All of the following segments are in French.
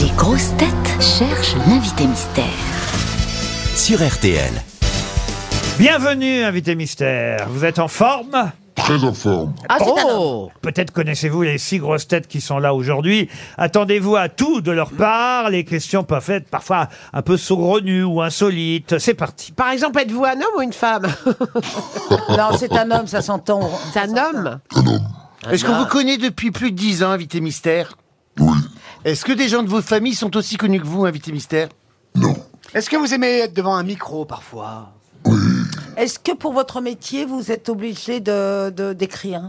Les grosses têtes cherchent l'invité mystère. sur RTL. Bienvenue, invité mystère. Vous êtes en forme très en forme. Peut-être connaissez-vous les six grosses têtes qui sont là aujourd'hui. Attendez-vous à tout de leur part. Les questions peuvent être parfois un peu saugrenues ou insolites. C'est parti. Par exemple, êtes-vous un homme ou une femme Non, c'est un homme, ça s'entend. C'est un homme Est-ce qu'on vous connaît depuis plus de 10 ans, Invité Mystère Est-ce que des gens de vos familles sont aussi connus que vous, Invité Mystère Est-ce que vous aimez être devant un micro parfois Est-ce que pour votre métier, vous êtes obligé de de- d'écrire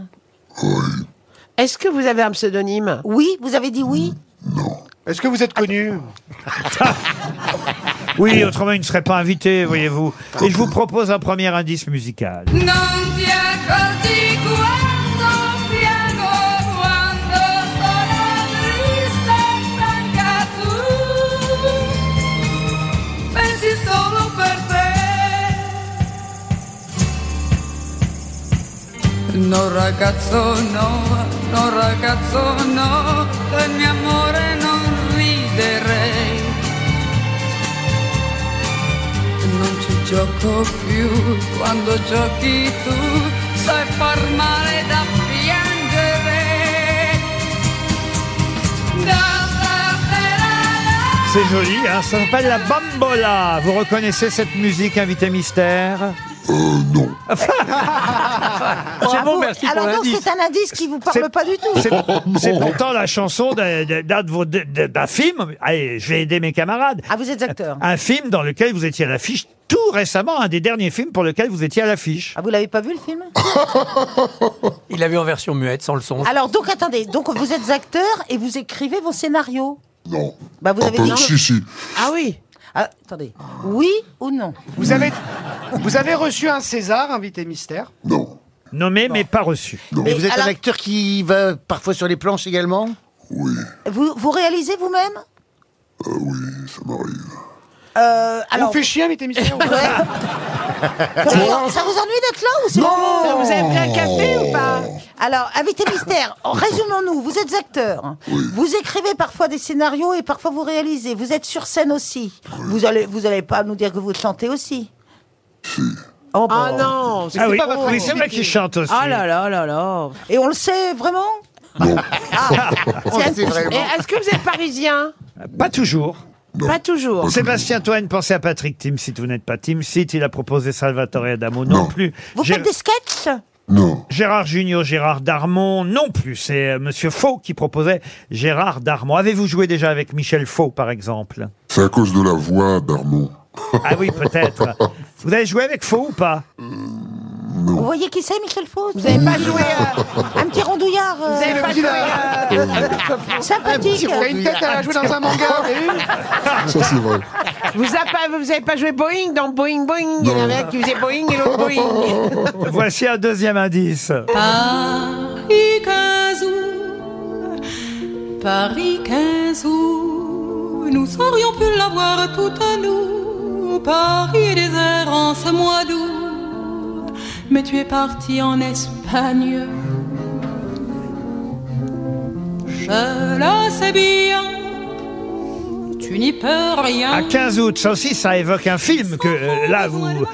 Est-ce que vous avez un pseudonyme Oui, vous avez dit oui Est-ce que vous êtes connu Oui, autrement, ils ne seraient pas invités, voyez-vous. Et je vous propose un premier indice musical. Non ti accorgi quanto piango, quando sono triste e stanca tu. Pensi solo per te. No ragazzo no, no ragazzo no, del mio amore non riderei. Non ci gioco più, quando giochi tu sai far male da piangere. Da stasera C'est joli, hein ça s'appelle la bambola. Vous reconnaissez cette musique, invité mystère Ah, Bravo. Alors donc, c'est un indice qui vous C'est- parle pas du tout. C'est c'est pourtant la chanson d'un d'un de vos- d'un film. Allez, je vais aider mes camarades. Ah, vous êtes acteur Un film dans lequel vous étiez à l'affiche tout récemment, un des derniers films pour lequel vous étiez à l'affiche. ah, vous l'avez pas vu le film Il l'a vu en version muette, sans le son. Alors donc attendez, donc vous êtes acteur et vous écrivez vos scénarios. Non. Bah vous Un avez peu, dit non. si, si. Ah oui Ah, attendez, oui ou non Vous avez, vous avez reçu un César, invité mystère Non. Nommé mais pas reçu. Mais Et vous êtes alors- un acteur qui Ben, va parfois sur les planches également Vous vous réalisez vous-même Euh, oui, ça m'arrive. Euh, On Alors fait chier, invité mystère ou pas Ouais. ça, vous, ça vous ennuie d'être là ou c'est Vous avez pris un café ou pas Oh. Alors, invité mystère, en résumons-nous, vous êtes acteur, vous écrivez parfois des scénarios et parfois vous réalisez, vous êtes sur scène aussi. Vous allez, vous allez pas nous dire que vous chantez aussi Oh, Ah bon. non c'est Ah oui, pas votre oui, c'est vrai qu'il chante aussi. Ah là là là là Et on le sait vraiment On le sait Et vraiment. Est-ce que vous êtes parisien Pas toujours. Pas toujours. Sébastien Toine, pensez à Patrick Timsit. Vous n'êtes pas Timsit. Il a proposé Salvatore Adamo non, Non. plus. Vous Gér- faites des sketchs Non. Gérard Junior, Gérard Darmon non plus. C'est euh, Monsieur Faux qui proposait Gérard Darmon. Avez-vous joué déjà avec Michel Faux, par exemple C'est à cause de la voix d'Armand. Ah oui, peut-être. Vous avez joué avec Faux ou pas Vous voyez qui c'est, Michel Faux Vous Vous n'avez pas joué à... un petit rondouillard euh, Vous avez pas joué à... sympathique. Il a une tête à jouer dans un manga, vous avez vu Ça, c'est vrai. Vous avez pas, vous avez pas joué Boeing dans Boeing Boeing Il y en avait un qui faisait Boeing et l'autre Boeing. Voici un deuxième indice. Paris 15 août, Paris 15 août, nous aurions pu l'avoir tout à nous. Paris est désert en ce mois d'août, mais tu es parti en Espagne. Je le sais bien, tu n'y peux À rien. 15 août, ça aussi, ça évoque un film que euh, là, vous, vous-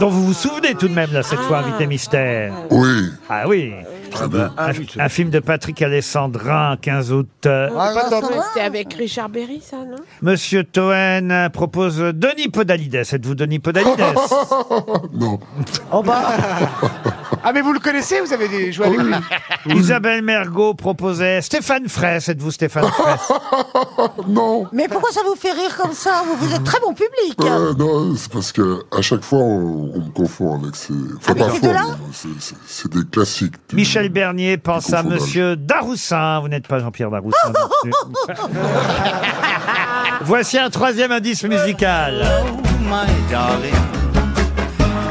dont vous vous souvenez tout de même, là, cette fois, Invité Mystère. Oui. Ah oui, Très bien. un, un film de Patrick Alessandrin, 15 août. Euh, C'était avec Richard Berry, ça, non Monsieur Toen euh, propose Denis Podalides. Êtes-vous Denis Podalides Non. Ah, mais vous le connaissez Vous avez joué avec lui Isabelle Mergot proposait Stéphane Fraisse. Êtes-vous Stéphane Fraisse Mais pourquoi ça vous fait rire comme ça vous, vous êtes très bon public. Euh, non, c'est parce que à chaque fois, on, on me confond avec ces. Enfin, Ah, mais c'est de là mais c'est- c'est- C'est des classiques. du- Michel Bernier pense à Monsieur Daroussin. Vous n'êtes pas Jean-Pierre Daroussin. non plus. Voici un troisième indice musical. Oh, my darling,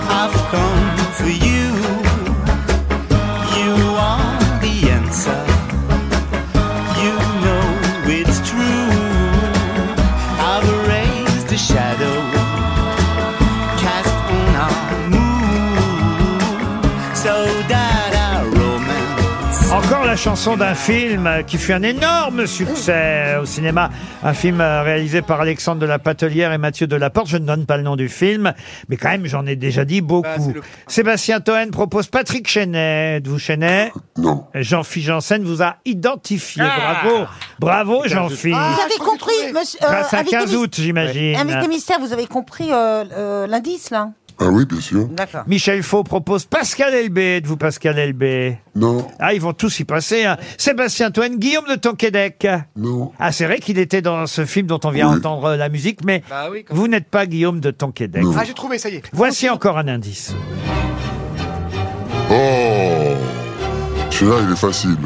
I've come for you. You are the answer. You know it's true. I've raised a shadow cast on our moon, so that our romance Encore la chanson d'un film euh, qui fut un énorme succès au cinéma. Un film euh, réalisé par Alexandre de la Patelière et Mathieu Delaporte. Je ne donne pas le nom du film, mais quand même, j'en ai déjà dit beaucoup. Sébastien Toen propose Patrick Chenet. Êtes-vous Chenet Non. Jean-Philippe Janssen vous a identifié. Bravo. Bravo, Jean-Philippe. Ah, vous avez compris, monsieur. Ah, euh, Grâce à invité 15 août, mys- j'imagine. Invité mystère, Eh, vous avez compris euh, euh, l'indice, là Ah oui, bien sûr. D'accord. Michel Faux propose Pascal Elbé. Êtes-vous Pascal Elbé Non. Ah, ils vont tous y passer. hein. Sébastien Toine, Guillaume de Tonquédec. Non. Ah, c'est vrai qu'il était dans ce film dont on vient entendre euh, la musique, mais Bah oui, quand vous n'êtes pas Guillaume de Tonquédec. Ah, j'ai trouvé, ça y est. Voici encore un indice. Oh Celui-là, il est facile.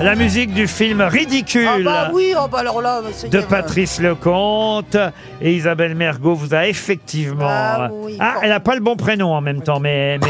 La musique du film Ridicule. Ah bah oui, oh bah alors là, monsieur de Guérin. Patrice Lecomte et Isabelle Mergot vous a effectivement. Ah oui, Ah, elle n'a pas le bon prénom en même temps, mais, mais,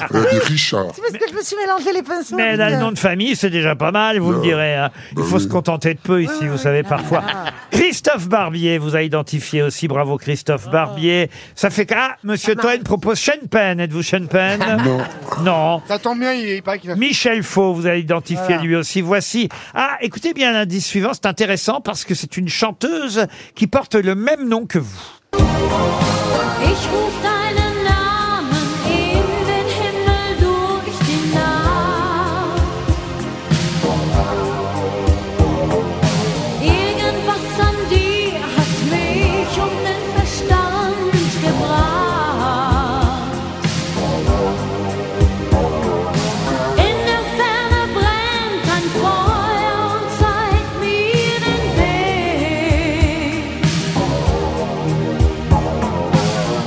Euh, C'est parce que je me suis mélangé les pinceaux. mais elle a le nom de famille, c'est déjà pas mal, vous le direz. hein. Il faut se contenter de peu ici, vous savez, parfois. Ah. Christophe Barbier vous a identifié aussi, bravo Ah. Christophe Barbier. Ça fait que, ah, Monsieur Toen propose Sean Penn, êtes-vous Sean Penn Non. Non. Ça tombe bien, il, il paraît qu'il a... Michel Faux vous a identifié Voilà. lui aussi. Voici. Ah, écoutez bien l'indice suivant, c'est intéressant parce que c'est une chanteuse qui porte le même nom que vous. Ich ruf deinen Namen in den Himmel durch die Nacht. Irgendwas an dir hat mich um den Verstand gebracht. In der Ferne brennt ein Feuer und zeigt mir den Weg.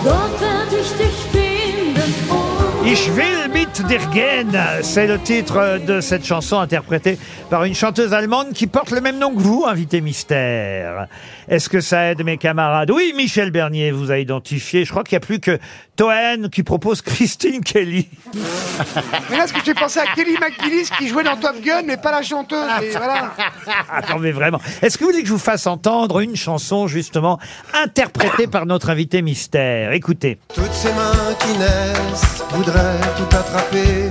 Dort werd ich dich finden und Ich will mit dir gehen, c'est le titre de cette chanson interprétée par une chanteuse allemande qui porte le même nom que vous, invité mystère. Est-ce que ça aide mes camarades Oui, Michel Bernier vous a identifié. Je crois qu'il n'y a plus que Toen qui propose Christine Kelly. Mais là, ce que j'ai pensé à Kelly McGillis qui jouait dans Top Gun, mais pas la chanteuse. Et voilà. Attends, mais vraiment. Est-ce que vous voulez que je vous fasse entendre une chanson, justement, interprétée par notre invité mystère Écoutez. Toutes ces mains qui naissent voudraient tout attraper.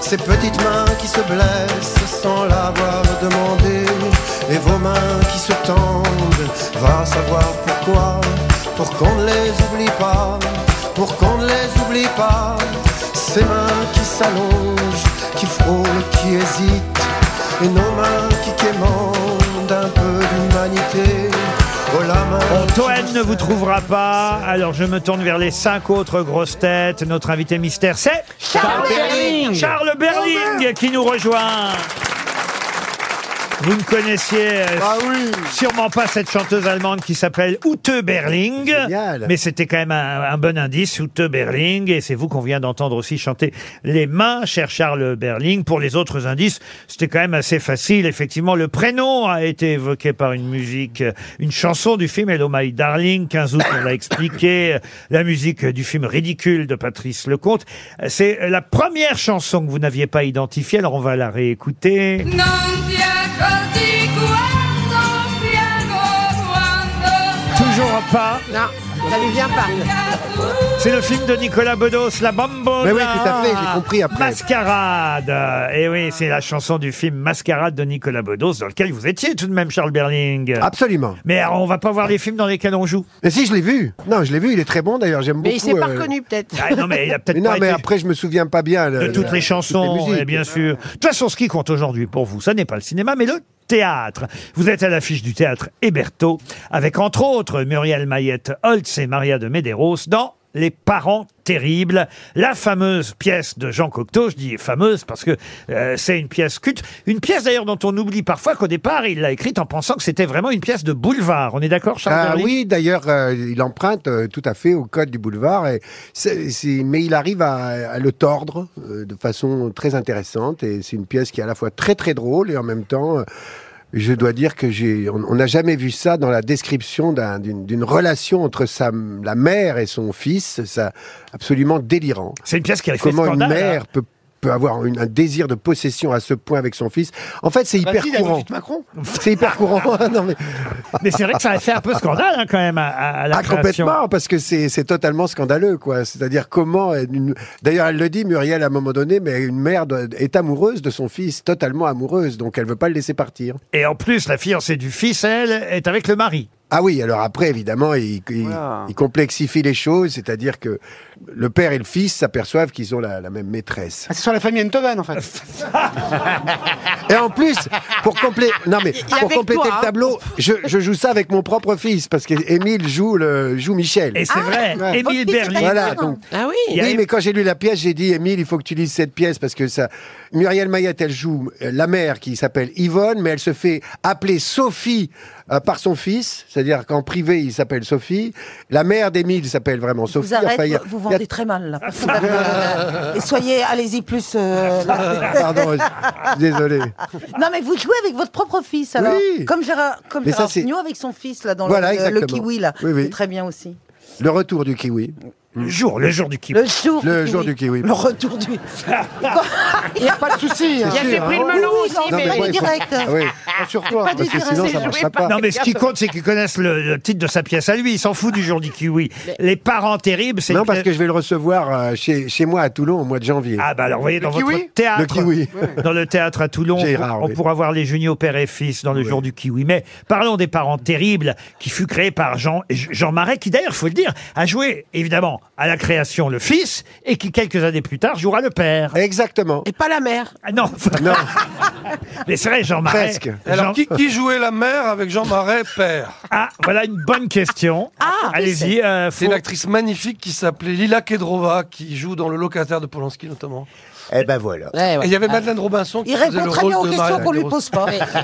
Ces petites mains qui se blessent sans l'avoir demandé. Et vos mains qui se tendent, va savoir pourquoi. Pour qu'on ne les oublie pas, pour qu'on ne les oublie pas. Ces mains qui s'allongent, qui frôlent, qui hésitent. Et nos mains qui quémandent un peu d'humanité. Oh la main. Bon, Toen ne vous trouvera pas, alors je me tourne vers les cinq autres grosses têtes. Notre invité mystère, c'est Charles Berling. Charles Berling qui nous rejoint. Vous ne connaissiez euh, sûrement pas cette chanteuse allemande qui s'appelle Ute Berling, mais c'était quand même un, un bon indice, Ute Berling, et c'est vous qu'on vient d'entendre aussi chanter Les mains, cher Charles Berling. Pour les autres indices, c'était quand même assez facile. Effectivement, le prénom a été évoqué par une musique, euh, une chanson du film Hello My Darling, 15 août, on l'a expliqué, euh, la musique euh, du film Ridicule de Patrice Lecomte. Euh, C'est euh, la première chanson que vous n'aviez pas identifiée, alors on va la réécouter. Non ti accorgi quando piango quando Toujours pas. Non, ça lui vient pas. C'est le film de Nicolas Bedos, La Bambola. Mais oui, tout à fait, j'ai compris après. Mascarade. Et oui, c'est la chanson du film Mascarade de Nicolas Bedos, dans lequel vous étiez tout de même, Charles Berling. Absolument. Mais alors, on va pas voir les films dans lesquels on joue. Mais si, je l'ai vu. Non, je l'ai vu, il est très bon d'ailleurs, j'aime beaucoup. Mais il s'est pas euh, reconnu, peut-être. Ah, non, mais il a peut-être Mais non, pas mais été- après, je me souviens pas bien. De toutes les chansons, eh bien sûr. De toute façon, ce qui compte aujourd'hui pour vous, ça n'est pas le cinéma, mais le théâtre. Vous êtes à l'affiche du théâtre Héberto, avec entre autres Muriel Mayette Holtz et Maria de Medeiros dans Les parents terribles, la fameuse pièce de Jean Cocteau, je dis fameuse parce que euh, c'est une pièce culte, une pièce d'ailleurs dont on oublie parfois qu'au départ il l'a écrite en pensant que c'était vraiment une pièce de boulevard. On est d'accord, Charles Ah Berling oui, d'ailleurs, euh, il emprunte euh, tout à fait au code du boulevard, et c'est- c'est- mais il arrive à, à le tordre euh, de façon très intéressante. Et c'est une pièce qui est à la fois très très drôle et en même temps, euh, je dois dire que j'ai, on on n'a jamais vu ça dans la description d'un- d'une d'une relation entre sa, la mère et son fils. Ça, absolument délirant. C'est une pièce qui a fait Comment scandale, une mère hein. peut peut avoir une- un désir de possession à ce point avec son fils. En fait, c'est hyper Facile, la courant. petite Macron. C'est hyper courant. non, mais Mais c'est vrai que ça a fait un peu scandale hein, quand même à, à- à la ah, création. complètement, parce que c'est c'est totalement scandaleux, quoi. C'est-à-dire comment... une- D'ailleurs, elle le dit, Muriel, à un moment donné, mais une mère doit- est amoureuse de son fils, totalement amoureuse, donc elle veut pas le laisser partir. Et en plus, la fiancée du fils, elle, est avec le mari. Ah oui, alors après, évidemment, il, il- il complexifie les choses, c'est-à-dire que le père et le fils s'aperçoivent qu'ils ont la, la même maîtresse. Ah, c'est sur la famille Antoven, en fait. Et en plus, pour, complé- non, mais, y pour avait que compléter toi, hein. le tableau, je, je joue ça avec mon propre fils, parce qu'Émile joue, le, joue Michel. Et c'est Ah, vrai, votre Émile fils est Berlin. Voilà, acteur. donc, Ah oui. Il y Oui, a- mais quand j'ai lu la pièce, j'ai dit, Émile, il faut que tu lises cette pièce, parce que ça... Muriel Maillette, elle joue euh, la mère qui s'appelle Yvonne, mais elle se fait appeler Sophie euh, par son fils, c'est-à-dire qu'en privé, il s'appelle Sophie. La mère d'Émile s'appelle vraiment Sophie. Vous arrêtez, Enfin, il y a- vous il y a- vendez très mal. là. Et soyez, allez-y plus. euh, là. Pardon, je- désolé. Non, mais vous jouez avec votre propre fils, alors. Oui. Comme Gérard, comme Mais ça, Gérard c'est- Pignot avec son fils, là, dans Voilà, le- le, le exactement. kiwi, là. Oui, oui. C'est très bien aussi. Le retour du kiwi. Le jour, le jour du kiwi. Le jour Le du jour kiwi. du kiwi. Le retour du. Il n'y a pas de souci. hein. Il y avait pris le Oui, melon oui, aussi, non, mais mais pas du direct. Ah oui. Rassure-toi. hein. Pas du Parce que direct, sinon, ça c'est marchera joué pas. Non, mais ce qui compte, c'est qu'ils connaissent le, le titre de sa pièce à lui. Ils s'en foutent du jour du kiwi. Les parents terribles, c'est. Non, une parce que pièce- je vais le recevoir euh, chez, chez moi à Toulon au mois de janvier. Ah, bah alors, vous voyez, dans votre théâtre. Le kiwi. Dans le théâtre à Toulon, Gérard, on, on oui. pourra voir les juniors père et fils dans le jour du kiwi. Mais parlons des parents terribles qui fut créé par Jean, Jean Marais, qui d'ailleurs, faut le dire, a joué évidemment à la création le fils et qui quelques années plus tard jouera le père. Exactement. Et pas la mère. Ah non. non. Mais c'est vrai, Jean Marais. Presque. Alors, qui, qui jouait la mère avec Jean Marais, père Ah, voilà une bonne question. Allez-y. euh, C'est faut- une actrice magnifique qui s'appelait Lila Kedrova, qui joue dans Le Locataire de Polanski, notamment. Eh ben voilà. Et il Ah. y avait Madeleine Robinson qui Il faisait répond le très rôle bien aux de questions Maria qu'on lui Pedrosa. pose pas.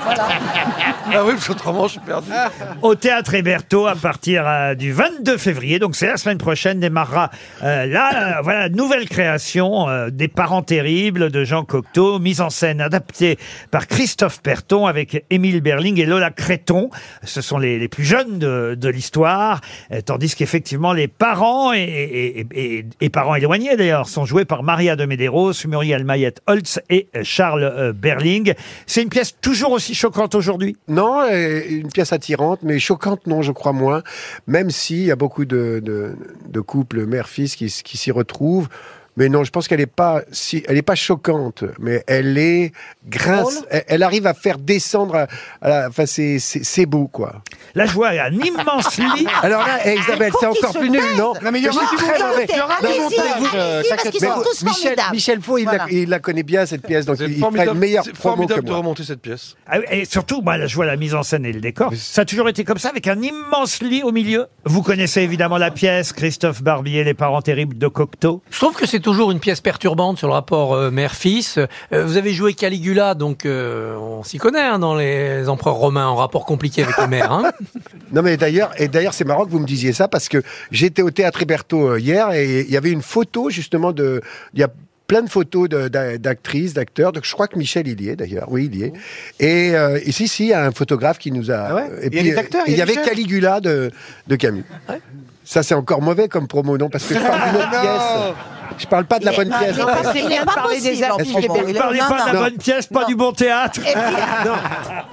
Ah oui, parce qu'autrement, je suis perdu. Ah. Au théâtre Héberto à partir euh, du 22 février, donc c'est la semaine prochaine, démarrera euh, là, euh, voilà, nouvelle création euh, des parents terribles de Jean Cocteau, mise en scène adaptée par Christophe Perton avec Émile Berling et Lola Créton. Ce sont les, les plus jeunes de, de l'histoire, euh, tandis qu'effectivement les parents et, et- et- et- et parents éloignés d'ailleurs sont joués par Maria de Medeiros, Muriel Mayette Holtz et euh, Charles euh, Berling. C'est une pièce toujours aussi choquante aujourd'hui. Non, euh, une pièce attirante, mais choquante, non, je crois moins. Même s'il y a beaucoup de, de, de couples mère-fils qui, s- qui s'y retrouvent. Mais non, je pense qu'elle n'est pas, si, elle est pas choquante, mais elle est grince. Elle, elle arrive à faire descendre. à- à la- enfin, c'est- c'est c'est beau, quoi. La joie a un immense lit. Alors là, Ah, eh, Isabelle, c'est encore plus nul, non Je suis très mauvais. Non, mais allez-y, parce qu'ils mais sont bon, tous Michel- formidables. Michel Faux, il, la- Voilà. il la connaît bien, cette pièce, donc il, il fera une meilleure c'est promo que formidable de moi. remonter cette pièce. Ah oui, Et surtout, moi, là, je vois la mise en scène et le décor. Ça a toujours été comme ça, avec un immense lit au milieu. Vous connaissez évidemment la pièce, Christophe Barbier, Les parents terribles de Cocteau. Je trouve que c'est toujours une pièce perturbante sur le rapport euh, mère-fils. Euh, vous avez joué Caligula, donc euh, on s'y connaît hein, dans les empereurs romains, en rapport compliqué avec les mères. hein. Non mais d'ailleurs, et d'ailleurs c'est marrant que vous me disiez ça parce que j'étais au théâtre Héberto euh, hier et il y avait une photo justement de, il y a plein de photos de- d'a- d'actrices, d'acteurs. Donc je crois que Michel il y est d'ailleurs. Oui, il y Oh. est. Et euh, ici, si, il y a un photographe qui nous a. et Ah Il y a des euh, acteurs, et il Il y y a avait Michel. Caligula de, de Camus. Ça c'est encore mauvais comme promo, non Parce que je parle d'une autre Non. pièce. Je parle pas de la Il est- bonne non, pièce. il est pas- il est Est-ce pas qu'on- possible, est-ce qu'on- Philippe Berlin. Ne parlez pas de la Non. bonne pièce, pas du bon théâtre. Non.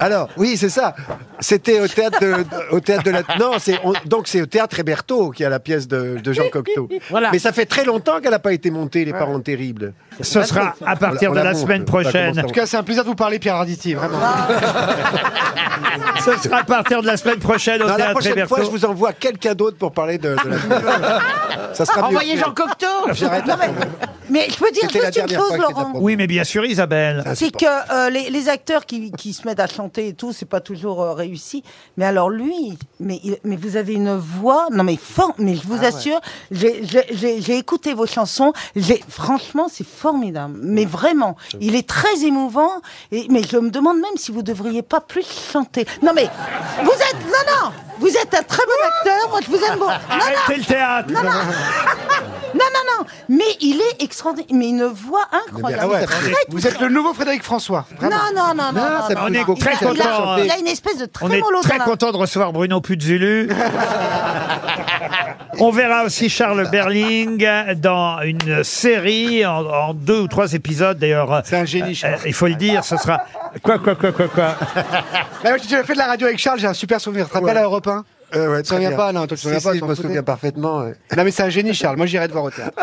Alors, oui, c'est ça. C'était au théâtre de, au théâtre de la. Non, c'est on- donc c'est au théâtre Héberto qui a la pièce de, de Jean Cocteau. Voilà. Mais ça fait très longtemps qu'elle n'a pas été montée, Les Parents Terribles. Ce sera à partir On de la monte. semaine On va prochaine. commencer. En tout cas, c'est un plaisir de vous parler, Pierre Arditi, vraiment. Ce sera à partir de la semaine prochaine au Non, la théâtre prochaine Héberto. fois, je vous envoie quelqu'un d'autre pour parler de, de la. ça sera mieux. Envoyez Jean Cocteau. J'arrête Non, la mais, mais je peux dire C'était la juste une dernière fois chose, que c'était Laurent. Oui, mais bien sûr, Isabelle. C'est que euh, les, les acteurs qui, qui se mettent à chanter et tout, c'est pas toujours euh, réussi. Mais alors lui, mais, il- mais vous avez une voix, non mais fort, mais je vous Ah ouais. assure, j'ai- j'ai- j'ai j'ai écouté vos chansons, j'ai franchement c'est formidable, mais vraiment, il est très émouvant. Et, mais je me demande même si vous devriez pas plus chanter. Non mais vous êtes, non non, vous êtes un très bon acteur, moi je vous aime beaucoup. Non, non. Arrêtez le théâtre. Non, Non, non, non, mais il est extraordinaire, mais une voix incroyable. Très vous êtes le nouveau Frédéric François. non, non, non, non, Non, Ah, non, ça non, peut non. être beaucoup Il a- plus il a- intéressant. Il a une espèce de On est trémolo dans très la- content de recevoir Bruno Puzulu. On verra aussi Charles Berling dans une série en, en deux ou trois épisodes d'ailleurs. C'est un génie, Il faut le dire, ce sera. Quoi, quoi, quoi, quoi, quoi Bah, tu as fait de la radio avec Charles, j'ai un super souvenir. Tu te rappelles à Europe 1 tu te Euh, très souviens bien. pas, non, tu te Si, souviens si, pas. je t'en me foutais. souviens parfaitement. ouais. Non, mais c'est un génie, Charles. Moi, j'irai te voir au théâtre.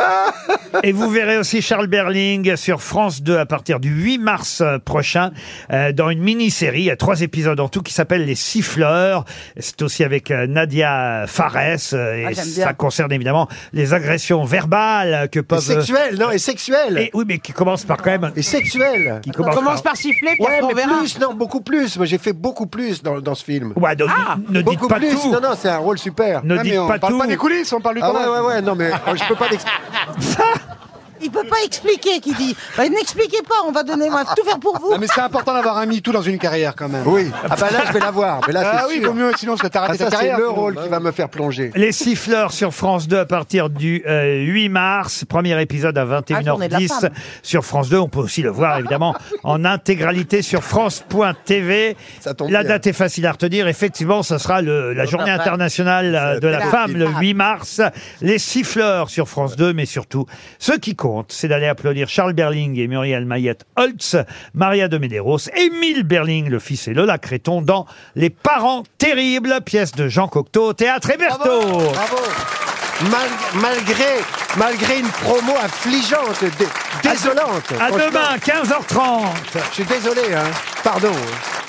Et vous verrez aussi Charles Berling sur France 2 à partir du 8 mars euh, prochain euh, dans une mini-série, il y a trois épisodes en tout, qui s'appelle Les Siffleurs. C'est aussi avec euh, Nadia Fares euh, et Ah, j'aime bien. ça concerne évidemment les agressions verbales que peuvent... Et sexuel, non, et sexuel. oui, mais qui commence par quand même... Et sexuel. Qui commence Commence par- par siffler, puis ouais, après, on mais verra. plus, non, beaucoup plus. Moi, j'ai fait beaucoup plus dans, dans ce film. Ouais, donc, ne dites Ah, beaucoup pas plus. tout. Non, non, c'est un rôle super. Ne Ah, mais dites on pas parle tout. pas des coulisses, on parle du ah, tournage. Ouais, ouais, ouais, non, mais euh, je peux pas l'expliquer. Il peut pas expliquer, qui dit. Bah, N'expliquez pas, on va donner, on va tout faire pour vous. Non, mais c'est important d'avoir un MeToo dans une carrière quand même. Oui. Ah, bah là, je vais l'avoir. Mais là, c'est Ah oui, sûr. vaut mieux, sinon, parce que t'as Ah, raté ça, ta c'est carrière. le sinon. rôle qui va me faire plonger. Les siffleurs sur France 2 à partir du euh, 8 mars. Premier épisode à Ah, journée de la 21h10 femme. Ah sur France 2. On peut aussi le voir évidemment en intégralité sur France.tv. La bien. date est facile à retenir. Effectivement, ce sera le- la journée la femme. internationale euh, de la la femme le femme. 8 mars. Les siffleurs sur France 2, mais surtout, ce qui compte, c'est d'aller applaudir Charles Berling et Muriel Mayette Holtz, Maria de Medeiros, Émile Berling, le fils et Lola Créton, dans Les parents terribles, pièce de Jean Cocteau au théâtre Héberto. Bravo. Mal- malgré, malgré une promo affligeante, dé- désolante. À franchement. demain, 15h30. Je suis désolé, hein. Pardon. hein.